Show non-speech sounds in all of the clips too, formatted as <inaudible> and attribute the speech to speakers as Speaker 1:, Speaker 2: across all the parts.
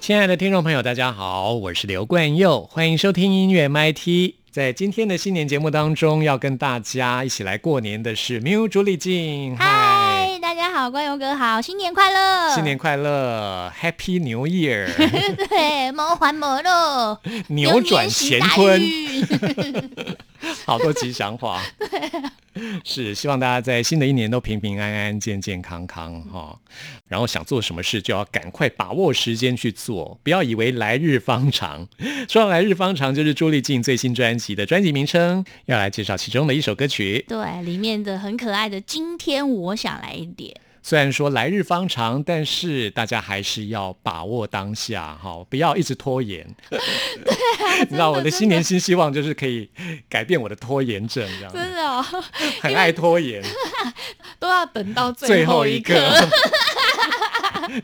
Speaker 1: 亲爱的听众朋友，大家好，我是刘冠佑，欢迎收听音乐 MT。在今天的新年节目当中，要跟大家一起来过年的是 Miu 朱丽静，嗨，
Speaker 2: 嗨，大家好，关勇哥好，新年快乐！
Speaker 1: 新年快乐，Happy New Year，
Speaker 2: <laughs> 对，谋还谋喽，
Speaker 1: <laughs> 扭转乾坤
Speaker 2: 流，年行大运
Speaker 1: 好多吉祥话。是，希望大家在新的一年都平平安安、健健康康哈、然后想做什么事，就要赶快把握时间去做，不要以为来日方长。说到来日方长，就是朱丽静最新专辑的专辑名称，要来介绍其中的一首歌曲。
Speaker 2: <laughs> 对，里面的很可爱的，今天我想来一
Speaker 1: <laughs>
Speaker 2: 点，
Speaker 1: 虽然说来日方长，但是大家还是要把握当下哈、不要一直拖 <laughs> 延。啊 <laughs> 你知道我的新年新希望就是可以改变我的拖延症，这样
Speaker 2: 真的哦， <laughs>
Speaker 1: 很爱拖延。
Speaker 2: 都要等到
Speaker 1: 最
Speaker 2: 最
Speaker 1: 后
Speaker 2: 后
Speaker 1: 一
Speaker 2: 一
Speaker 1: 刻 <laughs>
Speaker 2: 刻。。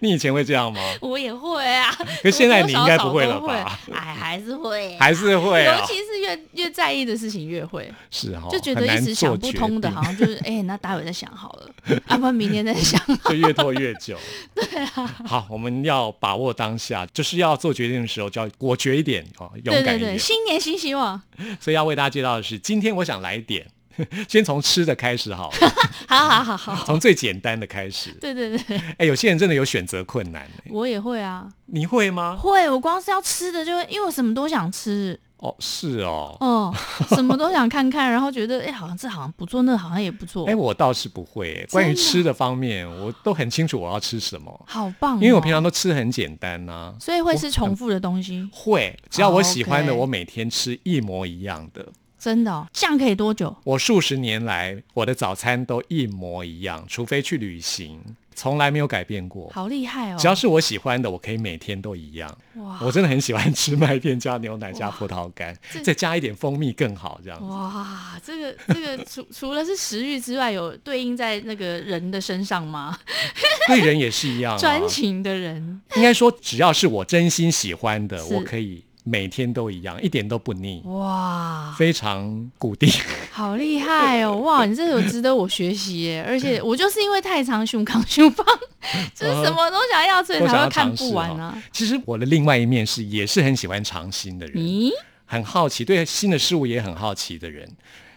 Speaker 1: 你以前会这样 <laughs> 吗？
Speaker 2: 我也会啊，
Speaker 1: <laughs> 可现在你应该不
Speaker 2: 多
Speaker 1: 会
Speaker 2: 多少少
Speaker 1: 了
Speaker 2: 都会
Speaker 1: 吧？？
Speaker 2: 哎，还是会，
Speaker 1: <laughs> 还是会啊
Speaker 2: 尤，其是越越在意的事情越会，
Speaker 1: 是哈，
Speaker 2: 就觉得
Speaker 1: 很难
Speaker 2: 一直想
Speaker 1: 做
Speaker 2: 不
Speaker 1: 决
Speaker 2: 通的，
Speaker 1: 定
Speaker 2: 好像就是 <laughs> 哎，那待会再想好
Speaker 1: <laughs>
Speaker 2: 了，要不然明天再想。
Speaker 1: 就越拖越久。 <laughs> 对啊。好，我们要把握当下，就是要做决定的时候就要果决一点哦，
Speaker 2: 对
Speaker 1: 勇敢
Speaker 2: 对
Speaker 1: 一点
Speaker 2: 对，。新年新希望，
Speaker 1: 所以要为大家介绍的是，今天我想来一点， <laughs> 先从吃的开始好了，
Speaker 2: <laughs> 好好好好，
Speaker 1: 从最简单的开始。
Speaker 2: 对对对。
Speaker 1: 哎，有些人真的有选择困难，
Speaker 2: 我也会啊，
Speaker 1: 你会吗？
Speaker 2: 会，我光是要吃的就会，因为我什么都想吃，
Speaker 1: 哦，是哦。
Speaker 2: 哦，什么都想看看，然后觉得哎、好像这好像不做，那好像也不做，
Speaker 1: 哎，我倒是不会。关
Speaker 2: 真
Speaker 1: 于
Speaker 2: 的啊
Speaker 1: 吃的方面，我都很清楚我要吃什么。
Speaker 2: 好棒、哦
Speaker 1: 因为我平常，都吃很简单呐、
Speaker 2: 所以会吃重复的东西，
Speaker 1: 会，只要我
Speaker 2: 哦
Speaker 1: 喜欢的，
Speaker 2: ，OK
Speaker 1: 我每天吃一模一样的。
Speaker 2: 真的、哦，这样可以多久？
Speaker 1: 我数十年来，我的早餐都一模一样，除非去旅行，从来没有改变过。
Speaker 2: 好厉害哦！
Speaker 1: 只要是我喜欢的，我可以每天都一样。
Speaker 2: 哇
Speaker 1: 我真的很喜欢吃麦片加牛奶加葡萄干
Speaker 2: 这，哦
Speaker 1: 再加一点蜂蜜更好。这样子，
Speaker 2: 哇，这个这个除除了是食欲之外，有对应在那个人的身上吗？
Speaker 1: 对人也是一样、啊
Speaker 2: 专。情的人，
Speaker 1: 应该说，只要是我真心喜欢的，
Speaker 2: 是
Speaker 1: 我可以每天都一样，一点都不腻，
Speaker 2: 哇，
Speaker 1: 非常
Speaker 2: <laughs>
Speaker 1: 固定。
Speaker 2: 好厉害
Speaker 1: <laughs>
Speaker 2: 哦！哇，你这有值得我学习耶！而且我就是因为太常胸扛胸
Speaker 1: <laughs>
Speaker 2: 胖，就是什么都想要，所以
Speaker 1: 都想
Speaker 2: 才
Speaker 1: 要
Speaker 2: 会看
Speaker 1: 尝试哦
Speaker 2: 不完
Speaker 1: 哈
Speaker 2: 啊。
Speaker 1: 其实我的另外一面是，也是很喜欢尝新的人，
Speaker 2: 咦，
Speaker 1: 很好奇，对新的事物也很好奇的人。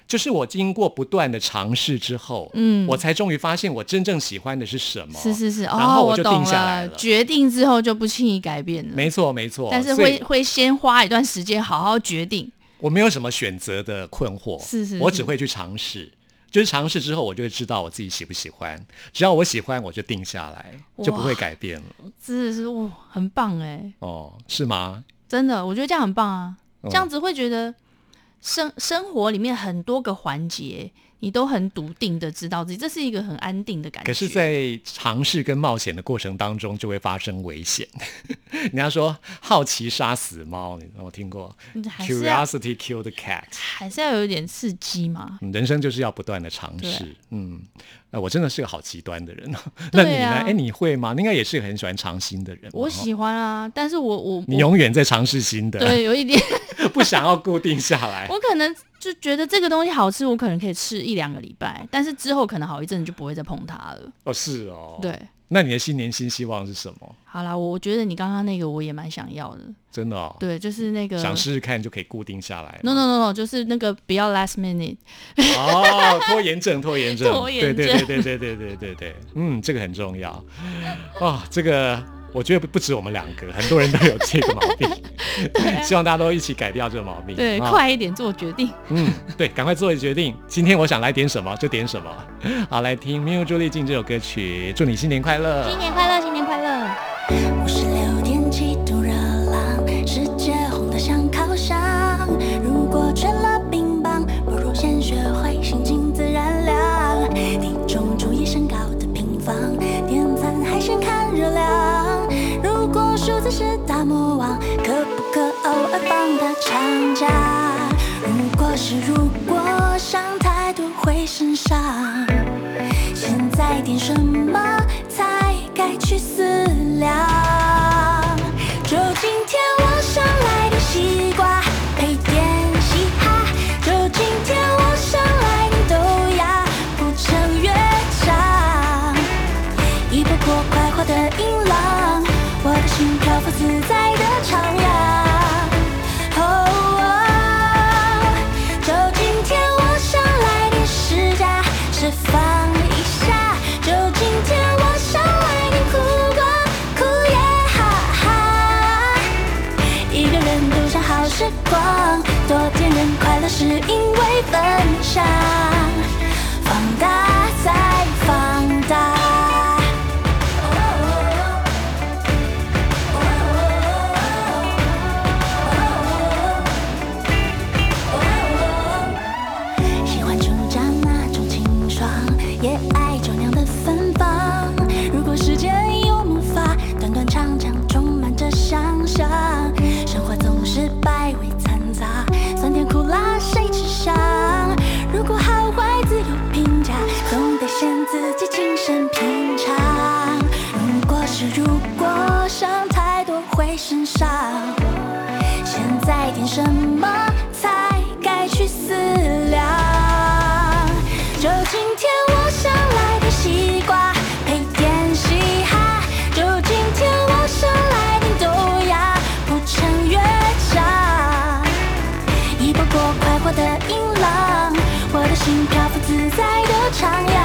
Speaker 1: 就是我经过不断的尝试之后，
Speaker 2: 嗯
Speaker 1: 我才终于发现我真正喜欢的是什么。
Speaker 2: 是是是，
Speaker 1: 然后
Speaker 2: 哦，
Speaker 1: 我就
Speaker 2: 懂
Speaker 1: 定下来了。
Speaker 2: 决定之后就不轻易改变了。
Speaker 1: 没错没错，
Speaker 2: 但是
Speaker 1: 所
Speaker 2: 会
Speaker 1: 以
Speaker 2: 会先花一段时间好好决定，
Speaker 1: 我没有什么选择的困惑，
Speaker 2: 是是
Speaker 1: 我
Speaker 2: 是
Speaker 1: 只会去尝试。就是尝试之后，我就会知道我自己喜不喜欢。只要我喜欢，我就定下来，就不会
Speaker 2: 哇
Speaker 1: 改变了。
Speaker 2: 真的是哇，很棒哎，
Speaker 1: 哦，是吗？
Speaker 2: 真的，我觉得这样很棒啊，
Speaker 1: 嗯
Speaker 2: 这样子会觉得生生活里面很多个环节，你都很笃定的知道自己，这是一个很安定的感觉。
Speaker 1: 可是，在尝试跟冒险的过程当中，就会发生危险。 <laughs> 人家说“好奇杀死猫”，你我听过
Speaker 2: 你还是要
Speaker 1: ，“Curiosity killed the cat”。
Speaker 2: 还是要有一点刺激嘛。
Speaker 1: 嗯人生就是要不断的尝试
Speaker 2: 对。
Speaker 1: 嗯，呃，我真的是个好极端的人。 <laughs> 那你
Speaker 2: 对
Speaker 1: 呢？
Speaker 2: 啊
Speaker 1: 哎、你会吗？你应该也是个很喜欢尝新的人。
Speaker 2: 我，喜欢啊，但是我我
Speaker 1: 你
Speaker 2: 我
Speaker 1: 永远在尝试新的， <laughs>
Speaker 2: 对有一点，
Speaker 1: 不想要固定下来。
Speaker 2: 我可能就觉得这个东西好吃，我可能可以吃一两个礼拜，但是之后可能好一阵子就不会再碰它了。
Speaker 1: 哦，是哦。。
Speaker 2: 对，
Speaker 1: 那你的新年新希望是什么？
Speaker 2: 好啦，我我觉得你刚刚那个我也蛮想要的，
Speaker 1: 真的哦。
Speaker 2: 对，啊嗯就是那个
Speaker 1: 想试试看就可以固定下来吗。
Speaker 2: no no no no，就是那个不要 last minute，
Speaker 1: 哦，拖延症，拖延症，
Speaker 2: <laughs> 拖延症
Speaker 1: 对对对对对对对对对，嗯，这个很重要啊、哦，这个我觉得不不止我们两个，很多人都有这个毛
Speaker 2: <laughs>
Speaker 1: 病， <laughs> 希望大家都一起改掉这个毛病。
Speaker 2: 啊对，
Speaker 1: 啊，
Speaker 2: 快一点做决
Speaker 1: <laughs>
Speaker 2: 定。
Speaker 1: 嗯，对，赶快做决定，今天我想来点什么就点什么。好，来听《Miu 朱丽静》这首歌曲，祝你新年快乐。
Speaker 2: 新年快乐，新年快乐！
Speaker 3: 五十六点七度热浪，世界红得像烤箱，Oh，哦多点人快乐是因为分享，放大再放大。喜欢成长那种清爽，也爱酒酿的芬芳。如果时间有魔法，短短长长充满着想象。生活总是百味掺杂，酸甜苦辣谁吃香？如果好坏自有评价，总得先自己亲身品尝。如果是如果，想太多会身伤。现在点什么才该去思量？就今天我想来点西瓜，配点嘻哈。就今天我想来点豆芽，不成乐章。一波波快活的音浪，我的心漂浮自在的徜徉。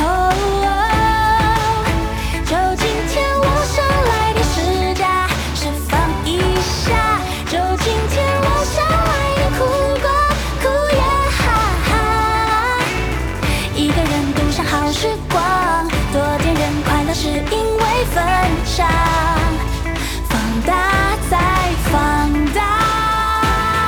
Speaker 3: 哦哦就今天我想来点释迦，释放一下。就今天我想来点苦瓜，苦呀哈哈。一个人独享好时光，多点人快乐是因为分享，放大再放大。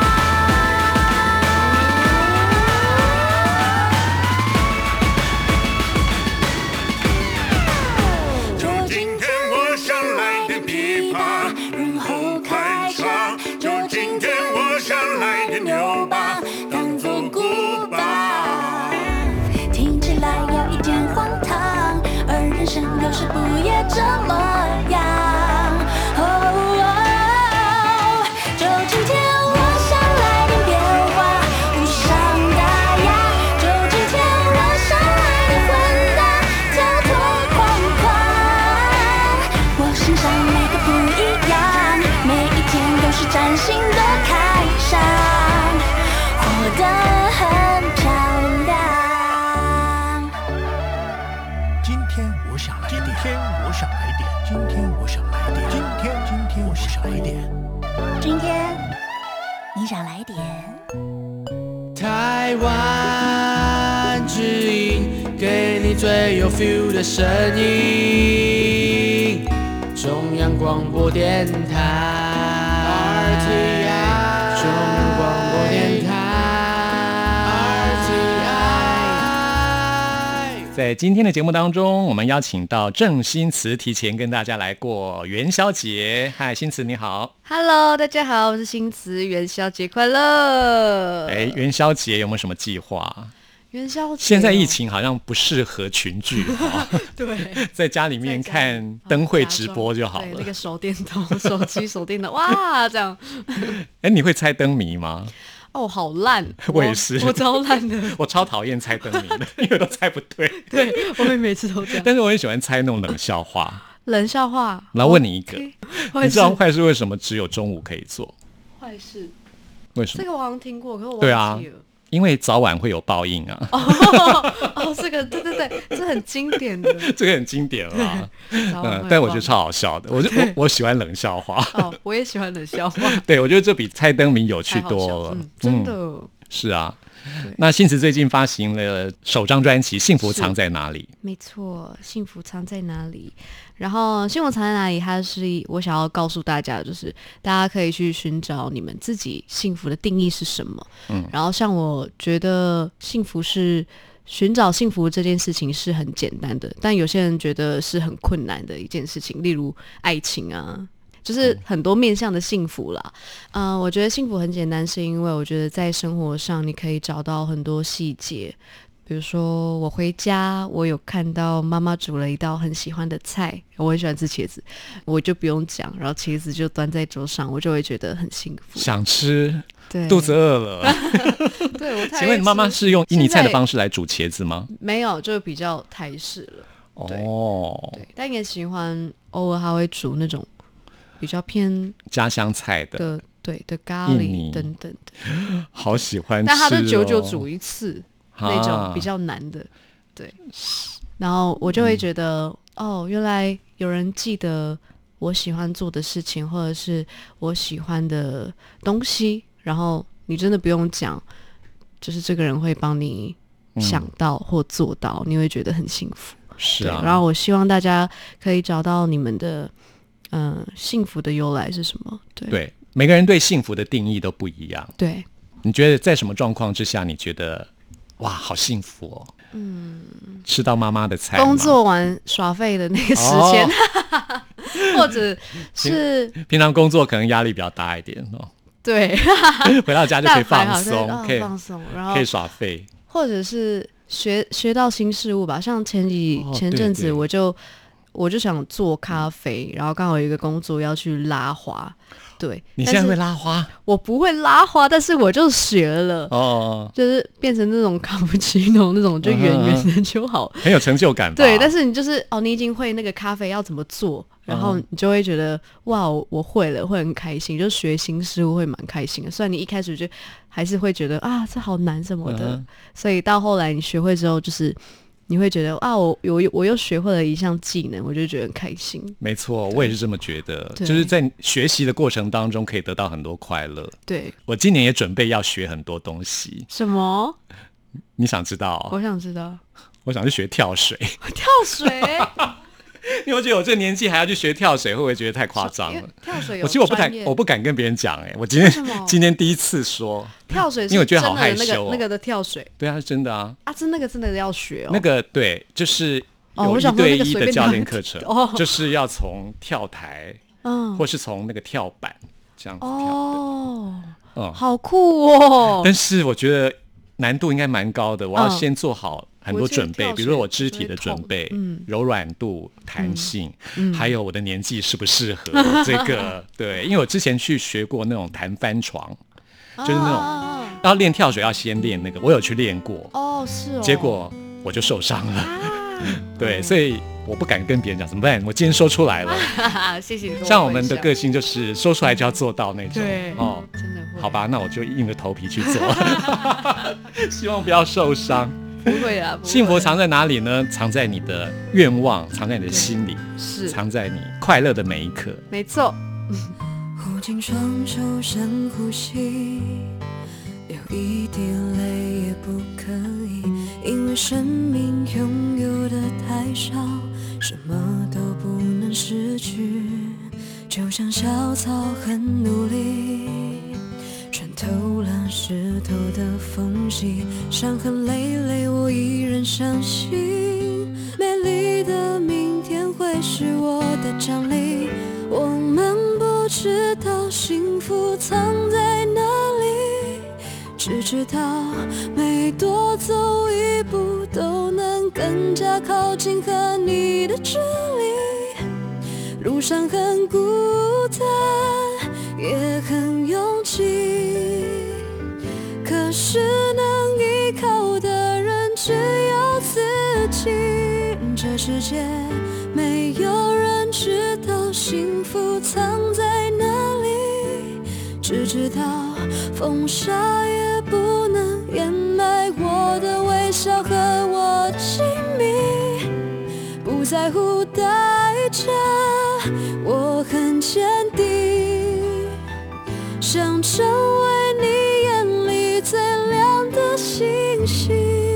Speaker 3: 就今
Speaker 4: 今
Speaker 3: 天
Speaker 4: 天我想来
Speaker 3: 来
Speaker 4: 点
Speaker 3: 点
Speaker 4: 枇
Speaker 3: 枇
Speaker 4: 杷
Speaker 3: 杷，，然后开
Speaker 4: 开
Speaker 3: 叉
Speaker 4: 叉。。就今
Speaker 3: 就今
Speaker 4: 天
Speaker 3: 天
Speaker 4: 我
Speaker 3: 我
Speaker 4: 想
Speaker 3: 想
Speaker 4: 来
Speaker 3: 来
Speaker 4: 点
Speaker 3: 点
Speaker 4: 牛
Speaker 3: 牛
Speaker 4: 蒡
Speaker 3: 蒡，
Speaker 4: 当
Speaker 3: 当
Speaker 4: 做
Speaker 3: 做
Speaker 4: 古
Speaker 3: 古
Speaker 4: 巴
Speaker 3: 巴。听起来有一点荒唐，而人生有时不也这么样？哦哦就今天我想来点变化，无伤大雅。就今天我想来点混搭，跳脱框框。我欣赏每个不一样，每一天都是崭新的开sáng，活得很漂亮。
Speaker 5: 今天我想来点，今天我想来点，今天我想来点，今天今天我想来点。
Speaker 3: 今天你想来点？
Speaker 6: 台湾之音，给你最有 feel 的声音。中央广播电台，RTI，中央广播电台，RTI。
Speaker 1: 在今天的节目当中，我们邀请到郑新慈，提前跟大家来过元宵节。嗨，新慈你好。
Speaker 7: Hello，大家好，我是新慈，元宵节快
Speaker 2: 呃
Speaker 7: 乐！
Speaker 1: 哎，元宵节有没有什么计划？
Speaker 7: 元宵节哦哦
Speaker 1: 现在疫，情好像不适合群聚哈、
Speaker 7: 对，
Speaker 1: 在家里面看灯会直播就好
Speaker 7: 对，
Speaker 1: 了
Speaker 7: 那。个手电筒、手机、手电筒， <laughs> 哇，这样
Speaker 1: 哎，你会猜灯谜吗？，
Speaker 7: 哦，好烂
Speaker 1: <laughs> 我也是
Speaker 7: 我 <laughs> 超烂的，
Speaker 1: 我超讨厌猜灯谜的，因为都猜不对。
Speaker 7: 对我也每次都
Speaker 1: <laughs>
Speaker 7: 这样。
Speaker 1: 但是我很喜欢猜那种冷笑话。
Speaker 7: 冷笑话，
Speaker 1: 来问你一个，
Speaker 7: 坏
Speaker 1: 你知道
Speaker 7: 事，
Speaker 1: 坏事为什么只有中午可以做？
Speaker 7: 坏事，
Speaker 1: 为什
Speaker 7: 这
Speaker 1: 么？
Speaker 7: 个我好像听过，可是我
Speaker 1: 对啊
Speaker 7: 忘记了。
Speaker 1: 因为早晚会有报应啊，
Speaker 7: <laughs> 哦，这个对对对，这很经典的。
Speaker 1: <laughs> 这个很经典啊。
Speaker 7: 然后
Speaker 1: <laughs> 嗯
Speaker 7: 会，
Speaker 1: 但我
Speaker 7: 忘
Speaker 1: 觉得超好笑的，我就我我喜欢冷
Speaker 7: <laughs>
Speaker 1: 笑话。
Speaker 7: 哦，我也喜欢冷笑
Speaker 1: <laughs>
Speaker 7: 话，
Speaker 1: 对，我觉得这比猜灯谜有趣
Speaker 7: 太好
Speaker 1: 多
Speaker 7: 笑
Speaker 1: 了。
Speaker 7: 嗯真的。
Speaker 1: 是啊。那信子最近发行了首张专辑《幸福藏在哪里》，
Speaker 7: 没错，幸福藏在哪里？然后幸福藏在哪里？它是一我想要告诉大家，就是大家可以去寻找你们自己幸福的定义是什么。嗯，然后像我觉得幸福是寻找幸福这件事情是很简单的，但有些人觉得是很困难的一件事情，例如爱情啊。就是
Speaker 1: 嗯
Speaker 7: 很多面向的幸福啦，嗯、我觉得幸福很简单，是因为我觉得在生活上你可以找到很多细节，比如说我回家，我有看到妈妈煮了一道很喜欢的菜，我很喜欢吃茄子，我就不用讲，然后茄子就端在桌上，我就会觉得很幸福。
Speaker 1: 想吃，
Speaker 7: 对，哎
Speaker 1: 肚子饿了。
Speaker 7: 对我太
Speaker 1: 请问你妈妈是用印尼菜的方
Speaker 7: 式？
Speaker 1: 式来煮茄子吗？
Speaker 7: 没有，就比较台式了。对
Speaker 1: 哦，
Speaker 7: 对，但也喜欢偶尔还会煮那种比较偏
Speaker 1: 家乡菜的，
Speaker 7: 的，对的咖
Speaker 1: 印尼
Speaker 7: 喱等等的，
Speaker 1: 好喜欢吃、哦。
Speaker 7: 但她都久久煮一次，那
Speaker 1: 啊
Speaker 7: 种比较难的，
Speaker 1: 嗯
Speaker 7: 对。然后我就会觉得，哦，原来有人记得我喜欢做的事情，或者是我喜欢的东西，然后你真的不用讲，就是这个人会帮你
Speaker 1: 嗯
Speaker 7: 想到或做到，你会觉得很幸福。
Speaker 1: 是
Speaker 7: 对
Speaker 1: 啊，，
Speaker 7: 然后我希望大家可以找到你们的，嗯、幸福的由来是什么？对
Speaker 1: 对每个人对幸福的定义都不一样。
Speaker 7: 对
Speaker 1: 你觉得在什么状况之下，你觉得哇，好幸福哦？嗯，吃到妈妈的菜吗，
Speaker 7: 工作完耍废的那个时
Speaker 1: 哦
Speaker 7: 间，
Speaker 1: <laughs>
Speaker 7: 或者是
Speaker 1: 平常工作可能压力比较大一点哦， <laughs>
Speaker 7: 对，
Speaker 1: 回
Speaker 7: <laughs>
Speaker 1: 到家就可以
Speaker 7: 但凡
Speaker 1: 放
Speaker 7: 好像
Speaker 1: 松，
Speaker 7: 哦
Speaker 1: 可以
Speaker 7: 放松，然后
Speaker 1: 可以耍废，
Speaker 7: 或者是学学到新事物吧。像前几、
Speaker 1: 哦
Speaker 7: 前
Speaker 1: 对
Speaker 7: 阵子
Speaker 1: 对
Speaker 7: 我就我就想做咖啡，然后刚好有一个工作要去拉花，对，
Speaker 1: 你
Speaker 7: 但
Speaker 1: 现在会
Speaker 7: 是
Speaker 1: 拉花
Speaker 7: 我不会拉花，但是我就学了。
Speaker 1: 哦，
Speaker 7: 就是变成那种卡布奇诺那种，就圆
Speaker 1: 嗯哼
Speaker 7: 圆的就好。
Speaker 1: <laughs> 很有成就感吧？
Speaker 7: 对，但
Speaker 1: 是
Speaker 7: 是你就是哦，你已经会那个咖啡要怎么做，然后
Speaker 1: 嗯
Speaker 7: 你就会觉得、哇，我我会了，会很开心。就学新事物会蛮开心的，虽然你一开始就还是会觉得啊，这好难什么的，
Speaker 1: 嗯
Speaker 7: 所以到后来你学会之后，就是你会觉得啊，我我又我又学会了一项技能，我就觉得很开心。
Speaker 1: 没错，我也是这么觉得，
Speaker 7: 对
Speaker 1: 就是在学习的过程当中可以得到很多快乐。
Speaker 7: 对，
Speaker 1: 我今年也准备要学很多东西，
Speaker 7: 什么？
Speaker 1: 你想知道哦？
Speaker 7: 我想知
Speaker 1: <laughs>
Speaker 7: 道
Speaker 1: 我想去学跳水， <laughs>
Speaker 7: 跳水，
Speaker 1: 因为我觉得我这年纪还要去学跳水，会不会觉得太夸张
Speaker 7: 因
Speaker 1: 了
Speaker 7: 为？跳水有
Speaker 1: 我其实我不敢
Speaker 7: 专，业
Speaker 1: 我不敢跟别人讲哎、我今天
Speaker 7: 为什么
Speaker 1: <laughs> 今天第一次说，
Speaker 7: 跳水是
Speaker 1: 因为我觉得好
Speaker 7: 真的
Speaker 1: 害
Speaker 7: 那
Speaker 1: 羞
Speaker 7: 个
Speaker 1: 哦
Speaker 7: 那个的跳水
Speaker 1: 对啊，是真的啊，
Speaker 7: 啊，真那个真的要学哦。
Speaker 1: 那个对，就是
Speaker 7: 哦
Speaker 1: 有
Speaker 7: 我
Speaker 1: 一
Speaker 7: 想说
Speaker 1: 对
Speaker 7: 那个
Speaker 1: 一
Speaker 7: 随
Speaker 1: 的
Speaker 7: 便
Speaker 1: 教
Speaker 7: 跳
Speaker 1: 练
Speaker 7: 一
Speaker 1: 课
Speaker 7: 个
Speaker 1: 程，
Speaker 7: 哦
Speaker 1: 就是要从跳台
Speaker 7: 嗯
Speaker 1: 或是从那个跳板这样子跳的，
Speaker 7: 哦。
Speaker 1: 嗯
Speaker 7: 好酷哦！
Speaker 1: 但是我觉得难度应该蛮高的，我要
Speaker 7: 嗯
Speaker 1: 先做好很多
Speaker 7: 我觉得
Speaker 1: 准备，
Speaker 7: 跳
Speaker 1: 比如说
Speaker 7: 水
Speaker 1: 我肢
Speaker 7: 就
Speaker 1: 体
Speaker 7: 会
Speaker 1: 的准
Speaker 7: 痛
Speaker 1: 备、
Speaker 7: 嗯
Speaker 1: 柔软度、弹性，还有我的年纪适不适合这
Speaker 7: <laughs>
Speaker 1: 个。对，因为我之前去学过那种弹翻床，就是那种
Speaker 7: 啊
Speaker 1: 要练跳水要先练那个，我有去练过，
Speaker 7: 哦，啊是哦。
Speaker 1: 结果我就受伤了。 <laughs> 对，所以我不敢跟别人讲，怎么办？我今天说出来了，
Speaker 7: 啊， <laughs> 谢谢你跟
Speaker 1: <laughs> 像我们的
Speaker 7: 分
Speaker 1: 个性就是说出来就要做到那种
Speaker 7: 对
Speaker 1: 哦。
Speaker 7: 享真的会
Speaker 1: 好，吧，那我就硬着头皮去做， <laughs> 希望不要受伤。
Speaker 7: 不会啊，不会
Speaker 1: 幸福藏在哪里呢？藏在你的愿望，藏在你的心里，
Speaker 7: 是
Speaker 1: 藏在你快乐的每一刻。
Speaker 7: 没错。
Speaker 4: 捂紧双手，深呼吸，流一滴泪也不可以，因为生命拥有的太少，什么都不能失去。就像小草很努力，穿透了石头的缝隙，伤痕累累，我依然相信，美丽的明天会是我的奖励。我们不知道幸福藏在哪里，只知道每多走一步都能更加靠近和你的距离。路上很孤单，也很拥挤，可是能依靠的人只有自己。这世界没有人知道幸福藏在哪里，只知道风沙也不能掩埋我的微笑和我的心意。不在乎代价，我很坚定，想成为你眼里最亮的星星。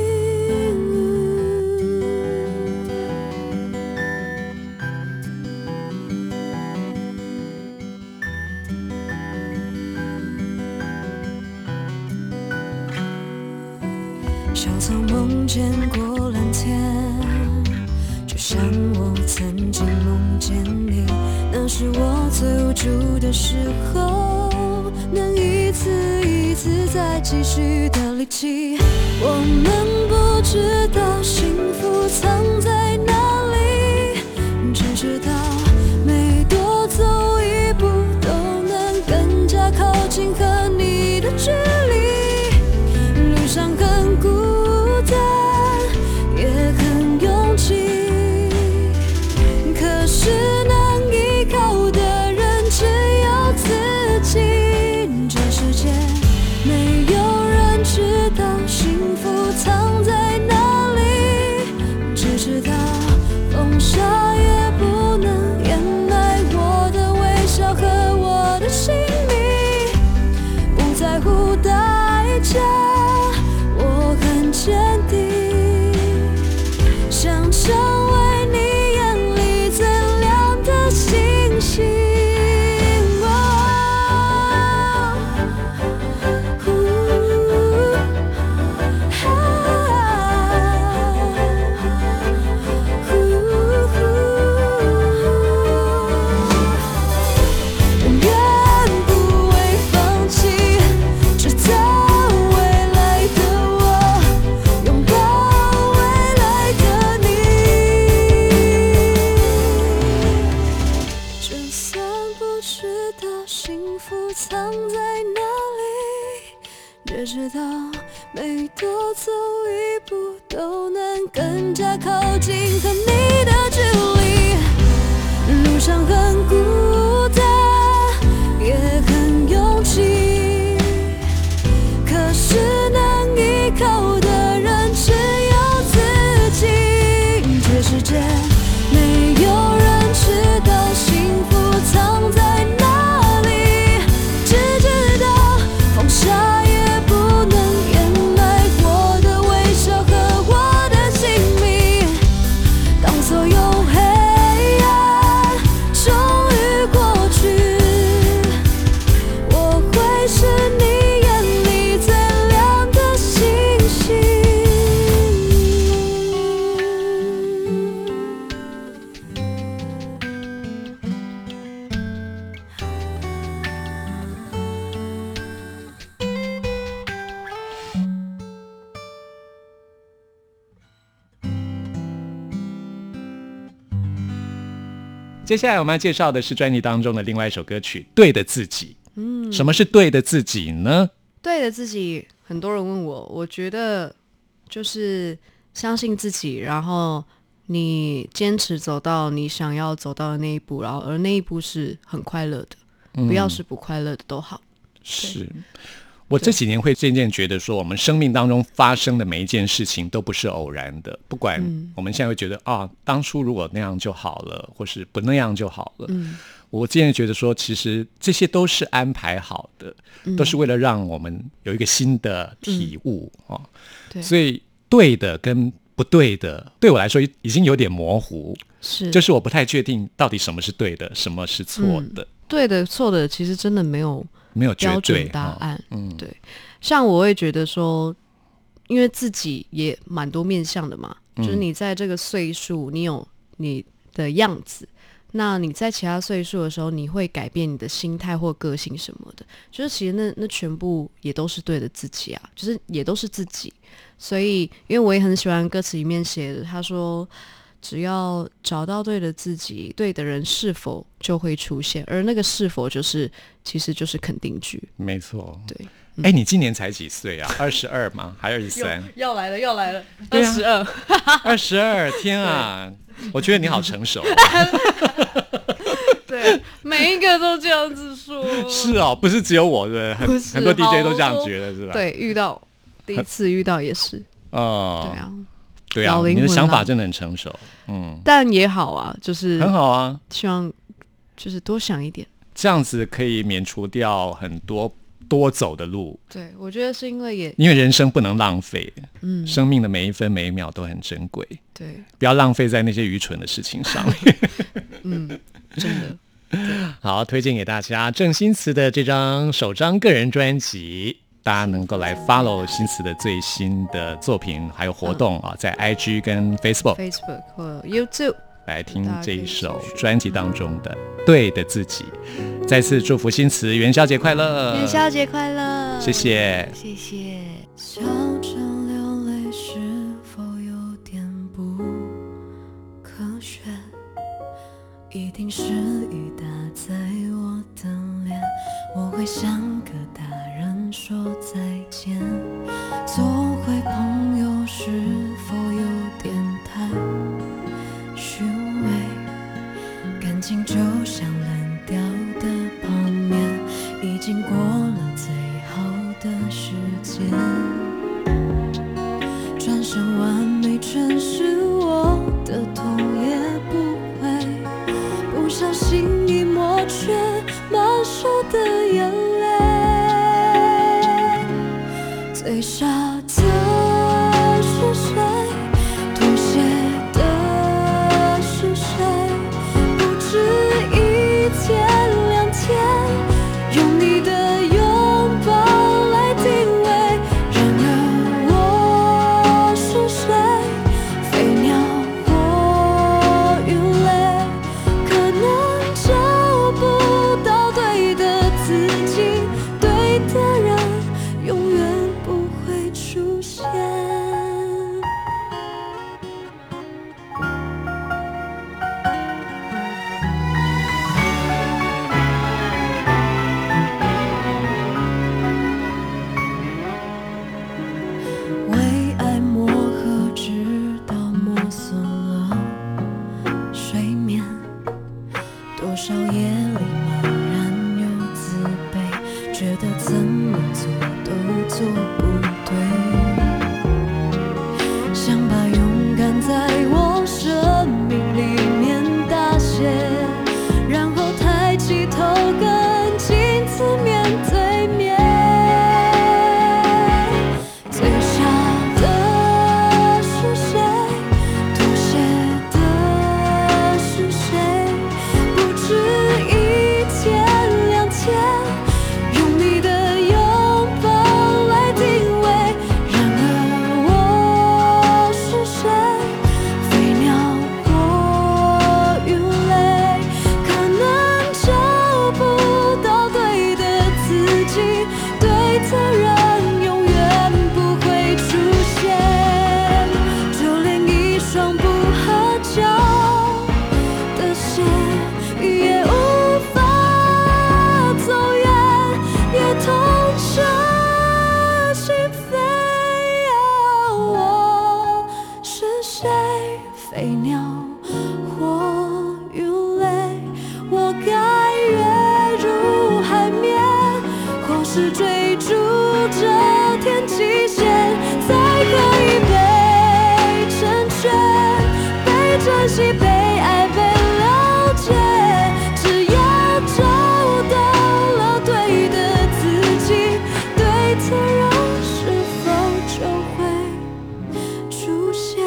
Speaker 4: 小草梦见过蓝天。就像我曾经梦见你，那是我最无助的时候，能一次一次再继续的力气。我们不知道幸福藏在哪里，只知道每多走一步都能更加靠近和你的距离。路上很孤单，也很拥挤，可是能依靠的人只有自己。这世界没有人知道幸福藏在哪里，只知道
Speaker 3: 哦哦
Speaker 4: 却知道每多走一步都能更加靠近和你的距离，路上很孤单，也很拥挤，可是能依靠的人只有自己。这世界没有人知道幸福藏在哪里，只知道放下也不能掩埋我的微笑和我的亲密。当所有黑暗终于过去，我会是你眼里最亮的星星。
Speaker 1: 接下来我们要介绍的是专辑当中的另外一首歌曲《对的自己》。嗯，什么是对的自己呢？
Speaker 7: 对的自己，很多人问我，我觉得就是相信自己，然后你坚持走到你想要走到的那一步，然后而那一步是很快乐
Speaker 1: 嗯
Speaker 7: 的，不要是不快乐的都好。
Speaker 1: 是我这几年会渐渐觉得说，我们生命当中发生的每一件事情都不是偶然的。不管
Speaker 7: 嗯
Speaker 1: 我们现在会觉得、啊，当初如果那样就好了，或是不那样就好了。
Speaker 7: 嗯
Speaker 1: 我渐渐觉得说，其实这些都是安排好的，
Speaker 7: 嗯
Speaker 1: 都是为了让我们有一个新的体悟、哦。
Speaker 7: 对
Speaker 1: 所以对的跟不对的，对我来说已经有点模糊，
Speaker 7: 是，
Speaker 1: 就是我不太确定到底什么是对的，什么是错的，
Speaker 7: 对的错的，其实真的没有
Speaker 1: 没有绝
Speaker 7: 标
Speaker 1: 对
Speaker 7: 准答
Speaker 1: 哦
Speaker 7: 案。
Speaker 1: 嗯
Speaker 7: 对，像我会觉得说，因为自己也蛮多面向的嘛，
Speaker 1: 嗯
Speaker 7: 就是你在这个岁数，你有你的样子。那你在其他岁数的时候，你会改变你的心态或个性什么的，就是其实那那全部也都是对的自己啊，就是也都是自己。所以，因为我也很喜欢歌词里面写的，他说只要找到对的自己，对的人是否就会出现，而那个是否就是其实就是肯定句。
Speaker 1: 没错。
Speaker 7: 对，嗯
Speaker 1: 哎，你今年才几岁
Speaker 7: <laughs>
Speaker 1: 啊？二十二吗？还二十三？
Speaker 7: 要来了，要来了，
Speaker 1: 对
Speaker 7: 二
Speaker 1: 啊
Speaker 7: 十二，
Speaker 1: 二十二，天啊！我觉得你好成熟哦，
Speaker 7: <laughs> 对，每一个都这样子说。
Speaker 1: <laughs> 是哦，不是只有我的，很
Speaker 7: 不是
Speaker 1: 很多 DJ
Speaker 7: 好
Speaker 1: 都这样
Speaker 7: 多
Speaker 1: 觉得，是吧？，
Speaker 7: 对，遇到第一次遇到也是，对
Speaker 1: 哦，
Speaker 7: 啊，
Speaker 1: 对啊
Speaker 7: 老，灵
Speaker 1: 你的
Speaker 7: 魂
Speaker 1: 想法
Speaker 7: 了
Speaker 1: 真的很成熟，嗯，
Speaker 7: 但也好啊，就是
Speaker 1: 很好啊，
Speaker 7: 希望就是多想一点。
Speaker 1: 这样子可以免除掉很多多走的路，
Speaker 7: 对，我觉得是因为也
Speaker 1: 因为人生不能浪费，
Speaker 7: 嗯，
Speaker 1: 生命的每一分每一秒都很珍贵，
Speaker 7: 对，
Speaker 1: 不要浪费在那些愚蠢的事情上。
Speaker 7: <laughs> 嗯，真的，
Speaker 1: 好，推荐给大家郑新慈的这张首张个人专辑。大家能够来 follow 新慈的最新的作品，还有活动啊，在 IG 跟 Facebook
Speaker 7: 嗯 Facebook
Speaker 1: 呃
Speaker 7: 或 YouTube，
Speaker 1: 来听这一首
Speaker 7: 大家可以搜寻
Speaker 1: 专辑当中的《对的自己》。再次祝福新慈元宵节快乐！
Speaker 7: 元宵节快乐，
Speaker 1: 谢，谢。
Speaker 7: 谢谢。
Speaker 4: 笑着流泪是否有点不科学？一定是雨打在我的脸，我会像个大人说再见。做回朋友是否有点太虚伪？感情就像冷掉的泡面，已经过了最好的时间。转身完美诠释我的痛，也不会不小心已抹去满手的眼泪。最傻的是谁？妥协的是谁？不止一天两天，用你的拥抱来定位，
Speaker 7: 啊
Speaker 4: 是追逐这天极限，才可以被成全，被珍惜，被爱，被了解。只要找到了对的自己，对的人是否就会出现？